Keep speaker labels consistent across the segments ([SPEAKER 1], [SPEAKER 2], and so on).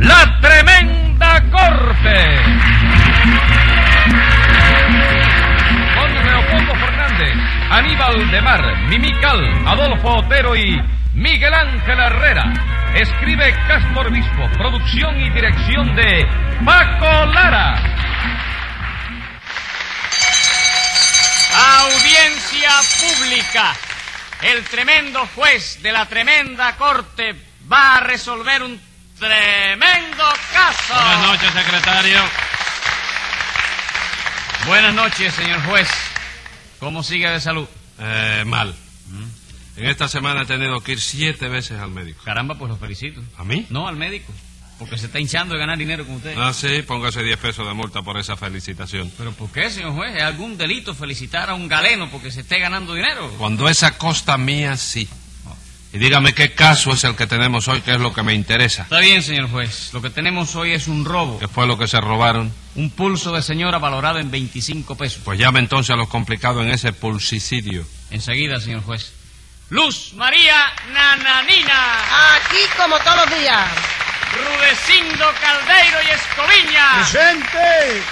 [SPEAKER 1] La tremenda corte. Con Leopoldo Fernández, Aníbal de Mar, Mimical, Adolfo Otero y Miguel Ángel Herrera. Escribe Castro Obispo, producción y dirección de Paco Lara.
[SPEAKER 2] Audiencia pública. El tremendo juez de la tremenda corte va a resolver un tremendo caso.
[SPEAKER 1] Buenas noches, secretario.
[SPEAKER 2] Buenas noches, señor juez. ¿Cómo sigue de salud?
[SPEAKER 1] Eh, mal. En esta semana he tenido que ir siete veces al médico.
[SPEAKER 2] Caramba, pues lo felicito.
[SPEAKER 1] ¿A mí?
[SPEAKER 2] No, al médico. Porque se está hinchando de ganar dinero con usted.
[SPEAKER 1] Ah, sí, póngase 10 pesos de multa por esa felicitación.
[SPEAKER 2] ¿Pero por qué, señor juez? ¿Es algún delito felicitar a un galeno porque se esté ganando dinero?
[SPEAKER 1] Cuando es a costa mía, sí. Y dígame qué caso es el que tenemos hoy, que es lo que me interesa.
[SPEAKER 2] Está bien, señor juez. Lo que tenemos hoy es un robo.
[SPEAKER 1] ¿Qué fue lo que se robaron?
[SPEAKER 2] Un pulso de señora valorado en 25 pesos.
[SPEAKER 1] Pues llame entonces a los complicados en ese pulsicidio.
[SPEAKER 2] Enseguida, señor juez. Luz María Nananina,
[SPEAKER 3] Aquí como todos los días.
[SPEAKER 2] Rudecindo Caldeiro y Escoviña.
[SPEAKER 4] ¡Presente!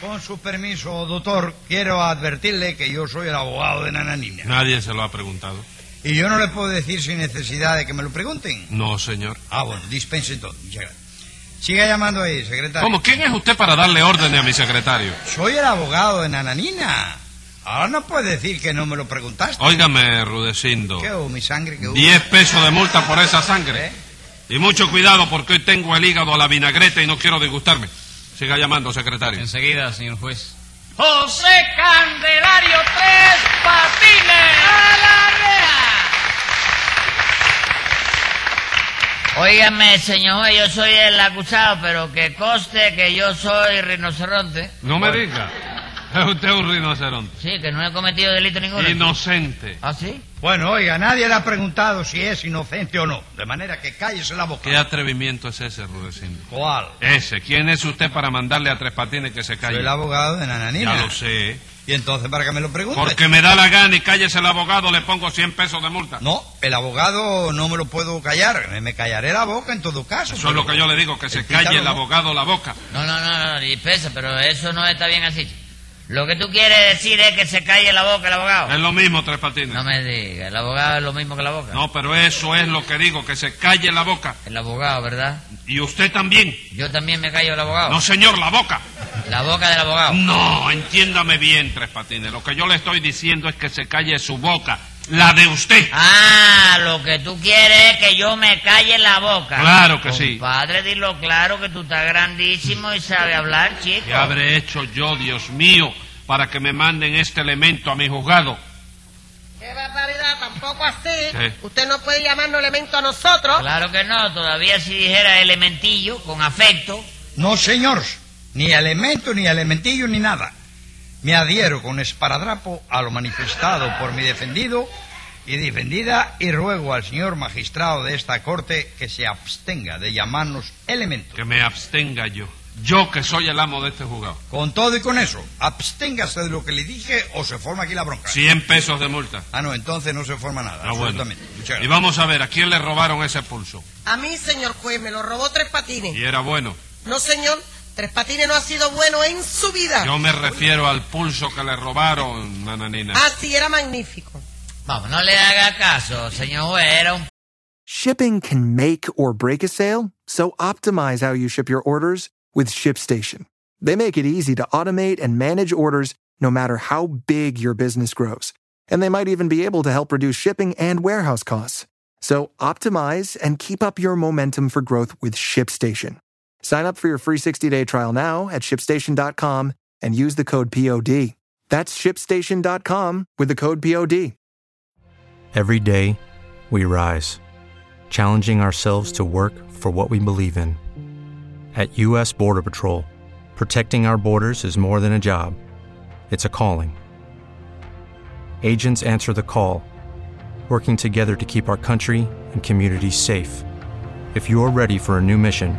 [SPEAKER 4] Con su permiso, doctor, quiero advertirle que yo soy el abogado de Nananina.
[SPEAKER 1] Nadie se lo ha preguntado.
[SPEAKER 4] Y yo no le puedo decir sin necesidad de que me lo pregunten.
[SPEAKER 1] No, señor.
[SPEAKER 4] Ah, bueno, dispense todo. Muchas gracias. Siga llamando ahí, secretario.
[SPEAKER 1] ¿Cómo? ¿Quién es usted para darle órdenes a mi secretario?
[SPEAKER 4] Soy el abogado de Nananina. Ahora no puede decir que no me lo preguntaste.
[SPEAKER 1] Óigame, Rudecindo.
[SPEAKER 4] ¿Qué hubo? Mi sangre que hubo.
[SPEAKER 1] 10 pesos de multa por esa sangre.
[SPEAKER 4] ¿Eh?
[SPEAKER 1] Y mucho cuidado porque hoy tengo el hígado a la vinagreta y no quiero disgustarme. Siga llamando, secretario.
[SPEAKER 2] Enseguida, señor juez. José Candelario Tres Patines. ¡A la reja!
[SPEAKER 5] Óigame, señor, yo soy el acusado, pero que coste que yo soy rinoceronte.
[SPEAKER 1] No me diga. Es usted un rinoceronte.
[SPEAKER 5] Sí, que no he cometido delito ninguno.
[SPEAKER 1] Inocente.
[SPEAKER 5] ¿Ah, sí?
[SPEAKER 4] Bueno, oiga, nadie le ha preguntado si es inocente o no. De manera que cállese la boca.
[SPEAKER 1] ¿Qué atrevimiento es ese, Rudecindo?
[SPEAKER 4] ¿Cuál?
[SPEAKER 1] Ese. ¿Quién es usted para mandarle a Tres Patines que se
[SPEAKER 4] Soy
[SPEAKER 1] calle?
[SPEAKER 4] el abogado de
[SPEAKER 1] Ya
[SPEAKER 4] Nananina.
[SPEAKER 1] lo sé.
[SPEAKER 4] ¿Y entonces para qué me lo pregunte?
[SPEAKER 1] Porque me da la gana y cállese el abogado, le pongo 100 pesos de multa.
[SPEAKER 4] No, el abogado no me lo puedo callar. Me, me callaré la boca en todo caso.
[SPEAKER 1] Eso es lo que yo le digo, que se
[SPEAKER 4] pícaro
[SPEAKER 1] calle el
[SPEAKER 4] no.
[SPEAKER 1] abogado la boca.
[SPEAKER 5] No, no, no, no, dispensa, pero eso no está bien así. Lo que tú quieres decir es que se calle la boca el
[SPEAKER 1] Es
[SPEAKER 5] abogado.
[SPEAKER 1] lo mismo, Tres Patines.
[SPEAKER 5] No me digas, el abogado es lo mismo que la boca.
[SPEAKER 1] No, pero eso es lo que digo, que se calle la boca.
[SPEAKER 5] El abogado, ¿verdad?
[SPEAKER 1] Y usted también.
[SPEAKER 5] Yo también me callo el abogado.
[SPEAKER 1] No, señor, la boca.
[SPEAKER 5] La boca del abogado.
[SPEAKER 1] No, entiéndame bien, Tres Patines. Lo que yo le estoy diciendo es que se calle su boca, la de usted.
[SPEAKER 5] Ah, lo que tú quieres es que yo me calle la boca.
[SPEAKER 1] Claro que sí.
[SPEAKER 5] Padre, dilo claro que tú estás grandísimo y sabes hablar, chico.
[SPEAKER 1] ¿Qué habré hecho yo, Dios mío, para que me manden este elemento a mi juzgado?
[SPEAKER 3] Qué barbaridad, tampoco así.
[SPEAKER 1] ¿Qué?
[SPEAKER 3] Usted no puede llamarnos elemento a nosotros.
[SPEAKER 5] Claro que no, todavía si dijera elementillo, con afecto.
[SPEAKER 4] No, señor. Ni elemento, ni elementillo, ni nada. Me adhiero con esparadrapo a lo manifestado por mi defendido y defendida y ruego al señor magistrado de esta corte que se abstenga de llamarnos elemento.
[SPEAKER 1] Que me abstenga yo. Yo que soy el amo de este juzgado.
[SPEAKER 4] Con todo y con eso, absténgase de lo que le dije o se forma aquí la bronca.
[SPEAKER 1] 100 pesos de multa.
[SPEAKER 4] Ah, no, entonces no se forma nada.
[SPEAKER 1] Ah, bueno.
[SPEAKER 4] absolutamente. Muchas gracias.
[SPEAKER 1] Y vamos a ver, ¿a quién le robaron ese pulso?
[SPEAKER 3] A mí, señor juez, me lo robó Tres Patines.
[SPEAKER 1] Y era bueno.
[SPEAKER 3] No, señor, Tres Patines no ha sido bueno en su vida.
[SPEAKER 1] Yo me refiero al pulso que le robaron, nananina.
[SPEAKER 3] Ah, sí, era magnífico.
[SPEAKER 5] Vamos, no le haga caso, señor juez, era un
[SPEAKER 6] Shipping can make or break a sale, So optimize how you ship your orders with ShipStation. They make it easy to automate and manage orders no matter how big your business grows. And they might even be able to help reduce shipping and warehouse costs. So optimize and keep up your momentum for growth with ShipStation. Sign up for your free 60-day trial now at shipstation.com and use the code POD. That's shipstation.com with the code POD.
[SPEAKER 7] Every day, we rise, challenging ourselves to work for what we believe in. At U.S. Border Patrol, protecting our borders is more than a job, it's a calling. Agents answer the call, working together to keep our country and communities safe. If you're ready for a new mission,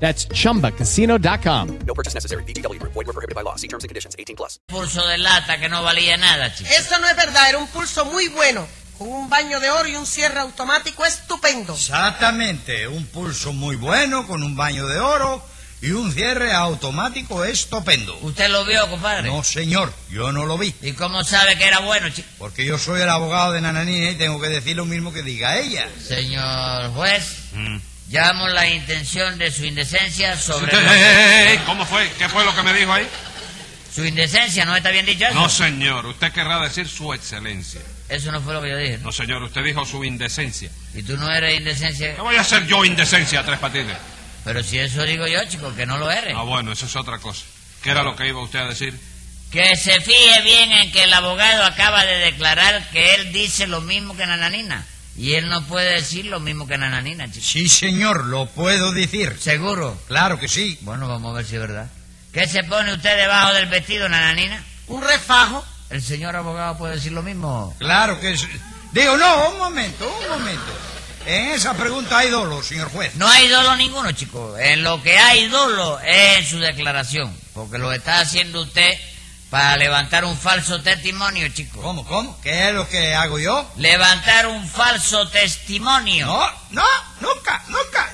[SPEAKER 8] That's chumbacasino.com.
[SPEAKER 5] Pulso de lata que no valía nada, chico.
[SPEAKER 3] Eso no es verdad, era un pulso muy bueno, con un baño de oro y un cierre automático estupendo.
[SPEAKER 4] Exactamente, un pulso muy bueno con un baño de oro y un cierre automático estupendo.
[SPEAKER 5] ¿Usted lo vio, compadre?
[SPEAKER 4] No, señor, yo no lo vi,
[SPEAKER 5] ¿Y cómo sabe que era bueno, chico?
[SPEAKER 4] porque yo soy el abogado de Nananina y tengo que decir lo mismo que diga ella.
[SPEAKER 5] Señor juez,
[SPEAKER 1] Mm.
[SPEAKER 5] llamo la intención de su indecencia sobre...
[SPEAKER 1] Usted-
[SPEAKER 5] lo-
[SPEAKER 1] ey, ey, ey, ¿Cómo fue? ¿Qué fue lo que me dijo ahí?
[SPEAKER 5] ¿Su indecencia no está bien dicho eso?
[SPEAKER 1] No, señor. Usted querrá decir su excelencia.
[SPEAKER 5] Eso no fue lo que yo dije. ¿no?
[SPEAKER 1] No, señor. Usted dijo su indecencia.
[SPEAKER 5] Y tú no eres indecencia...
[SPEAKER 1] ¿Qué voy a hacer yo indecencia, Tres Patines?
[SPEAKER 5] Pero si eso digo yo, chico, que no lo eres.
[SPEAKER 1] Ah, bueno, eso es otra cosa. ¿Qué era lo que iba usted a decir?
[SPEAKER 5] Que se fije bien en que el abogado acaba de declarar que él dice lo mismo que Nananina. Y él no puede decir lo mismo que Nananina, chico.
[SPEAKER 4] Sí, señor, lo puedo decir.
[SPEAKER 5] ¿Seguro?
[SPEAKER 4] Claro que sí.
[SPEAKER 5] Bueno, vamos a ver si es verdad. ¿Qué se pone usted debajo del vestido, Nananina?
[SPEAKER 3] Un refajo.
[SPEAKER 5] El señor abogado puede decir lo mismo.
[SPEAKER 4] Claro que sí. Digo, no, un momento, un momento. En esa pregunta hay dolo, señor juez.
[SPEAKER 5] No hay dolo ninguno, chico. En lo que hay dolo es en su declaración. Porque lo está haciendo usted para levantar un falso testimonio, chico.
[SPEAKER 4] ¿Cómo, cómo? ¿Qué es lo que hago yo?
[SPEAKER 5] Levantar un falso testimonio.
[SPEAKER 4] No, no, nunca, nunca.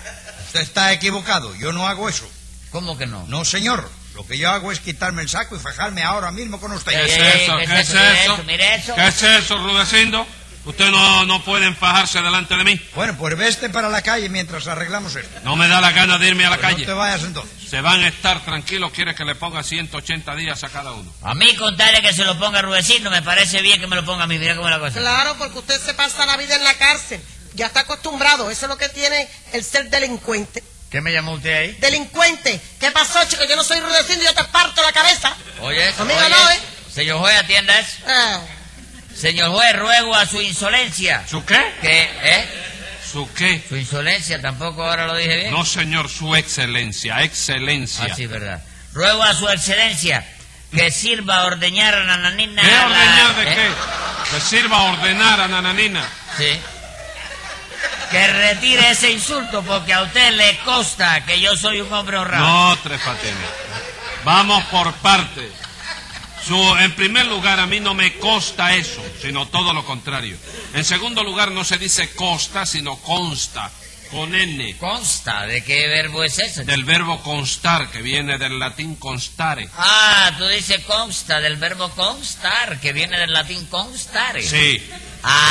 [SPEAKER 4] Usted está equivocado, yo no hago eso.
[SPEAKER 5] ¿Cómo que no?
[SPEAKER 4] No, señor. Lo que yo hago es quitarme el saco y fajarme ahora mismo con usted.
[SPEAKER 5] Eh,
[SPEAKER 1] ¿Qué es
[SPEAKER 5] eh,
[SPEAKER 1] eso?
[SPEAKER 5] ¿qué es
[SPEAKER 1] ¿Qué es
[SPEAKER 5] eso? Mire
[SPEAKER 1] eso?
[SPEAKER 5] eso, mire eso.
[SPEAKER 1] ¿Qué es eso, Rudecindo? Usted no, no puede enfajarse delante de mí.
[SPEAKER 4] Bueno, pues veste para la calle mientras arreglamos esto.
[SPEAKER 1] No me da la gana de irme a la
[SPEAKER 4] Pues No
[SPEAKER 1] calle.
[SPEAKER 4] te vayas entonces.
[SPEAKER 1] Se van a estar tranquilos. Quiere que le ponga 180 días a cada uno.
[SPEAKER 5] A mí contarle que se lo ponga Rudecindo, me parece bien que me lo ponga a mí. Mira cómo es la cosa.
[SPEAKER 3] Claro, porque usted se pasa la vida en la cárcel. Ya está acostumbrado, eso es lo que tiene el ser delincuente.
[SPEAKER 5] ¿Qué me llamó usted ahí?
[SPEAKER 3] Delincuente, ¿qué pasó, chico? Yo no soy rudecindo, yo te parto la cabeza.
[SPEAKER 5] Oye, eso,
[SPEAKER 3] Amigo,
[SPEAKER 5] oye
[SPEAKER 3] no,
[SPEAKER 1] ¿eh?
[SPEAKER 5] eso. Señor juez, atienda eso.
[SPEAKER 3] Ah,
[SPEAKER 5] Señor juez, ruego a su insolencia.
[SPEAKER 1] ¿Su qué?
[SPEAKER 5] que, ¿eh?
[SPEAKER 1] ¿Su qué?
[SPEAKER 5] Su insolencia, tampoco ahora lo dije bien.
[SPEAKER 1] No, señor. Su excelencia. Excelencia.
[SPEAKER 5] Ah, sí, verdad. Ruego a su excelencia que sirva a ordeñar a Nananina.
[SPEAKER 1] ¿Qué
[SPEAKER 5] a la-
[SPEAKER 1] ordeñar de
[SPEAKER 5] ¿eh?
[SPEAKER 1] qué? Que sirva a ordenar a Nananina.
[SPEAKER 5] Sí. eh, Que retire ese insulto porque a usted le consta que yo soy un hombre honrado.
[SPEAKER 1] No, Tres Patines. Vamos por partes. Su- en primer lugar, a mí no me costa eso, sino todo lo contrario. En segundo lugar, no se dice costa, sino consta, con N,
[SPEAKER 5] ¿Consta de qué verbo es ese?
[SPEAKER 1] del verbo constar, que viene del latín constare.
[SPEAKER 5] Ah, tú dices consta, del verbo constar, que viene del latín constare.
[SPEAKER 1] Sí,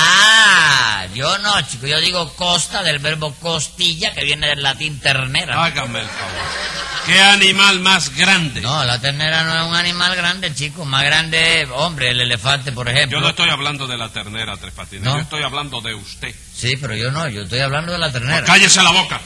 [SPEAKER 5] Ah, yo no, chico, yo digo costa del verbo costilla, que viene del latín ternera.
[SPEAKER 1] hágame el favor. ¿Qué animal más grande?
[SPEAKER 5] No, la ternera no es un animal grande, chico, más grande, es, hombre, el elefante, por ejemplo.
[SPEAKER 1] Yo no estoy hablando de la ternera, Tres Patines.
[SPEAKER 5] No.
[SPEAKER 1] Yo estoy hablando de usted.
[SPEAKER 5] Sí, pero yo no, yo estoy hablando de la ternera.
[SPEAKER 1] Cállese la boca.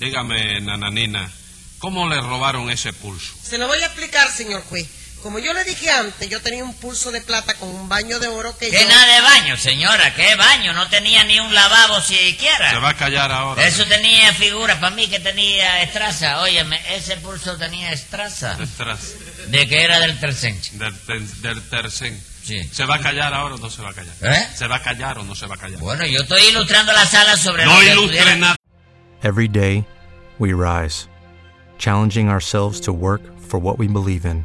[SPEAKER 1] Dígame, Nananina, ¿cómo le robaron ese pulso?
[SPEAKER 3] se lo voy a explicar, señor juez. Como yo le dije antes, yo tenía un pulso de plata con un baño de oro que
[SPEAKER 5] ¿Qué
[SPEAKER 3] yo...
[SPEAKER 5] nada de baño, señora? ¿Qué baño? No tenía ni un lavabo siquiera.
[SPEAKER 1] Se va a callar ahora.
[SPEAKER 5] Eso tenía figura, para mí que tenía estraza. Óyeme, ese pulso tenía estraza.
[SPEAKER 1] Detrás
[SPEAKER 5] De que era del tercencho.
[SPEAKER 1] del, del, del tercén. ¿Se va a callar ahora o no se va a callar?
[SPEAKER 5] ¿Eh?
[SPEAKER 1] ¿Se va a callar o no se va a callar?
[SPEAKER 5] Bueno, yo estoy ilustrando la sala sobre
[SPEAKER 1] No
[SPEAKER 5] lo que
[SPEAKER 1] ilustre
[SPEAKER 5] pudiera-
[SPEAKER 1] nada.
[SPEAKER 7] Every day, we rise, challenging ourselves to work for what we believe in.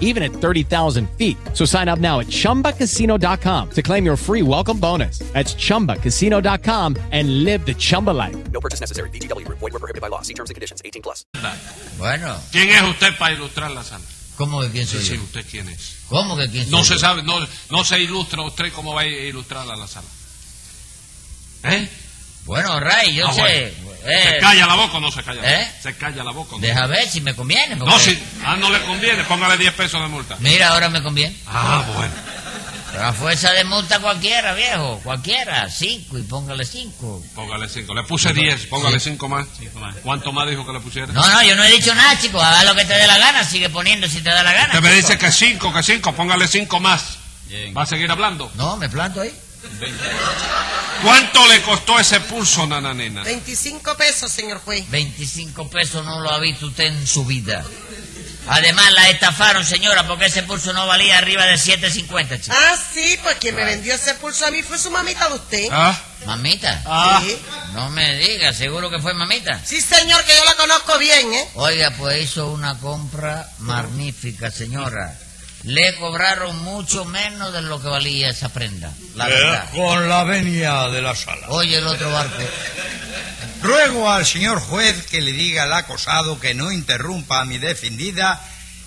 [SPEAKER 8] even at 30,000 feet. So sign up now at chumbacasino.com to claim your free welcome bonus. That's chumbacasino.com and live the Chumba life.
[SPEAKER 9] No purchase necessary. VGW Group. Void were prohibited by law. See terms and conditions. 18 plus.
[SPEAKER 5] Bueno.
[SPEAKER 1] ¿Quién es usted para ilustrar la sala?
[SPEAKER 5] ¿Cómo que quién soy
[SPEAKER 1] Sí,
[SPEAKER 5] yo?
[SPEAKER 1] sí, usted quién es.
[SPEAKER 5] ¿Cómo que quién soy
[SPEAKER 1] No
[SPEAKER 5] yo?
[SPEAKER 1] se sabe, no, no se ilustra usted cómo va a ilustrar a la sala. ¿Eh?
[SPEAKER 5] Bueno, Ray, yo
[SPEAKER 1] Ah,
[SPEAKER 5] sé.
[SPEAKER 1] bueno.
[SPEAKER 5] eh,
[SPEAKER 1] ¿Se calla la boca o no se calla? la
[SPEAKER 5] ¿Eh?
[SPEAKER 1] boca? Se calla la boca. o no?
[SPEAKER 5] Deja ver si me conviene.
[SPEAKER 1] No,
[SPEAKER 5] porque-
[SPEAKER 1] si ah, no le conviene, póngale 10 pesos de multa.
[SPEAKER 5] Mira, ahora me conviene.
[SPEAKER 1] Ah, bueno.
[SPEAKER 5] Pero a fuerza de multa cualquiera, viejo. Cualquiera. Cinco y póngale cinco.
[SPEAKER 1] Póngale 5. Le puse 10, póngale 5 más. ¿Cuánto más dijo que le pusiera?
[SPEAKER 5] No, no, yo no he dicho nada, chico. Haga lo que te dé la gana. Sigue poniendo si te da la gana.
[SPEAKER 1] Usted me
[SPEAKER 5] chico.
[SPEAKER 1] dice que 5, que 5, póngale 5 más. ¿Va a seguir hablando?
[SPEAKER 5] No, me planto ahí.
[SPEAKER 1] ¿Cuánto le costó ese pulso, nananena?
[SPEAKER 3] 25 pesos, señor juez.
[SPEAKER 5] 25 pesos no lo ha visto usted en su vida. Además, la estafaron, señora, porque ese pulso no valía arriba de 7.50, chico.
[SPEAKER 3] Ah, sí, pues quien me vendió ese pulso a mí fue su mamita de usted.
[SPEAKER 5] ¿Mamita?
[SPEAKER 3] Ah. Sí.
[SPEAKER 5] No me diga, seguro que fue mamita.
[SPEAKER 3] Sí, señor, que yo la conozco bien, ¿eh?
[SPEAKER 5] Oiga, pues hizo una compra magnífica, señora. Le cobraron mucho menos de lo que valía esa prenda, la
[SPEAKER 4] Eh,
[SPEAKER 5] verdad.
[SPEAKER 4] Con la venia de la sala.
[SPEAKER 5] Oye, el otro barco.
[SPEAKER 4] Ruego al señor juez que le diga al acosado que no interrumpa a mi defendida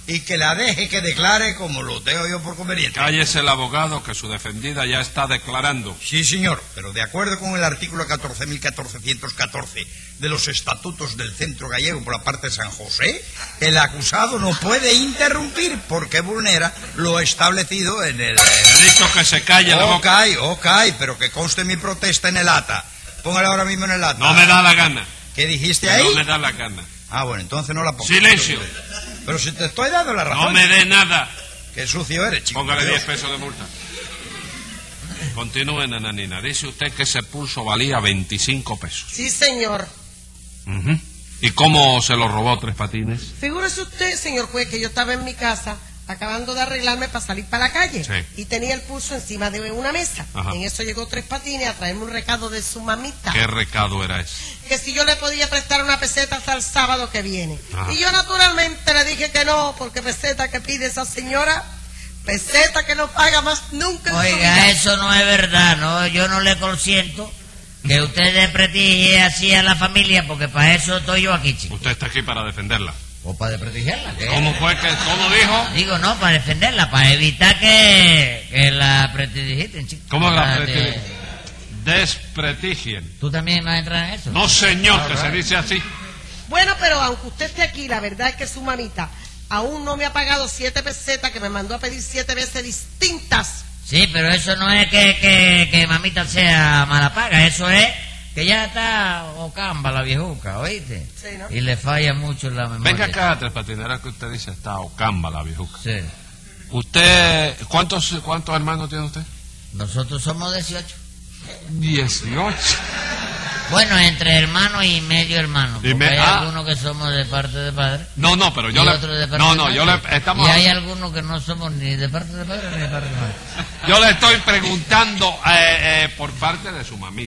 [SPEAKER 4] y que la deje que declare como lo tengo yo por conveniente.
[SPEAKER 1] Cállese el abogado que su defendida ya está declarando.
[SPEAKER 4] Sí, señor, pero de acuerdo con el artículo 14.414 de los estatutos del Centro Gallego por la parte de San José, el acusado no puede interrumpir porque vulnera lo establecido en el...
[SPEAKER 1] He dicho que se calle la
[SPEAKER 4] Ok,
[SPEAKER 1] boca.
[SPEAKER 4] ok, pero que conste mi protesta en el ata. Póngala ahora mismo en el ata.
[SPEAKER 1] No me da la gana.
[SPEAKER 4] ¿Qué dijiste ahí?
[SPEAKER 1] No me da la gana.
[SPEAKER 4] Ah, bueno, entonces no la pongo.
[SPEAKER 1] Silencio.
[SPEAKER 4] Pero si te estoy dando la
[SPEAKER 1] No
[SPEAKER 4] razón.
[SPEAKER 1] me dé nada.
[SPEAKER 4] Qué sucio eres, chico.
[SPEAKER 1] Póngale
[SPEAKER 4] Dios.
[SPEAKER 1] 10 pesos de multa. Continúe, nananina. Dice usted que ese pulso valía 25 pesos.
[SPEAKER 3] Sí, señor.
[SPEAKER 1] Ujú. ¿Y cómo se lo robó Tres Patines?
[SPEAKER 3] Figúrese usted, señor juez, que yo estaba en mi casa acabando de arreglarme para salir para la calle
[SPEAKER 1] Sí.
[SPEAKER 3] y tenía el pulso encima de una mesa.
[SPEAKER 1] Ajá.
[SPEAKER 3] En eso llegó tres patines a traerme un recado de su mamita.
[SPEAKER 1] ¿Qué recado era ese?
[SPEAKER 3] que si yo le podía prestar una peseta hasta el sábado que viene.
[SPEAKER 1] Ajá.
[SPEAKER 3] Y yo naturalmente le dije que no, porque peseta que pide esa señora, peseta que no paga más nunca. en su
[SPEAKER 5] Oiga, eh.
[SPEAKER 3] vida.
[SPEAKER 5] eso no es verdad, no, yo no le consiento que usted desprestigie así a la familia, porque para eso estoy yo aquí, chico.
[SPEAKER 1] Usted está aquí para defenderla.
[SPEAKER 5] O para desprestigiarla. ¿qué?
[SPEAKER 1] ¿Cómo fue que, cómo dijo?
[SPEAKER 5] Digo, no, para defenderla, para evitar que, que la prestigiten, chico.
[SPEAKER 1] ¿Cómo la
[SPEAKER 5] Para que-
[SPEAKER 1] prestigien? Desprestigien.
[SPEAKER 5] ¿Tú también vas a entrar en eso?
[SPEAKER 1] No, señor, que
[SPEAKER 5] All
[SPEAKER 1] se
[SPEAKER 5] right.
[SPEAKER 1] dice así.
[SPEAKER 3] Bueno, pero aunque usted esté aquí, la verdad es que su mamita aún no me ha pagado siete pesetas que me mandó a pedir siete veces distintas.
[SPEAKER 5] Sí, pero eso no es que, que, que mamita sea mala paga, eso es que ya está ocamba la viejuca, ¿oíste?
[SPEAKER 3] Sí, ¿no?
[SPEAKER 5] Y le falla mucho la memoria.
[SPEAKER 1] Venga acá, Tres Patines, ahora que usted dice está Ocamba, la viejuca.
[SPEAKER 5] Sí.
[SPEAKER 1] ¿Usted, cuántos, cuántos hermanos tiene usted?
[SPEAKER 5] Nosotros somos 18.
[SPEAKER 1] Dieciocho.
[SPEAKER 5] Bueno, entre hermano y medio hermano. Porque
[SPEAKER 1] Y me-
[SPEAKER 5] hay
[SPEAKER 1] ah.
[SPEAKER 5] algunos que somos de parte de padre.
[SPEAKER 1] No, no, pero yo
[SPEAKER 5] y
[SPEAKER 1] le-
[SPEAKER 5] otros de parte
[SPEAKER 1] no,
[SPEAKER 5] de
[SPEAKER 1] no,
[SPEAKER 5] madre.
[SPEAKER 1] yo le- estamos
[SPEAKER 5] Y hay
[SPEAKER 1] hablando-
[SPEAKER 5] algunos que no somos ni de parte de padre ni de parte de madre.
[SPEAKER 1] Yo le estoy preguntando eh, eh, por parte de su mamita.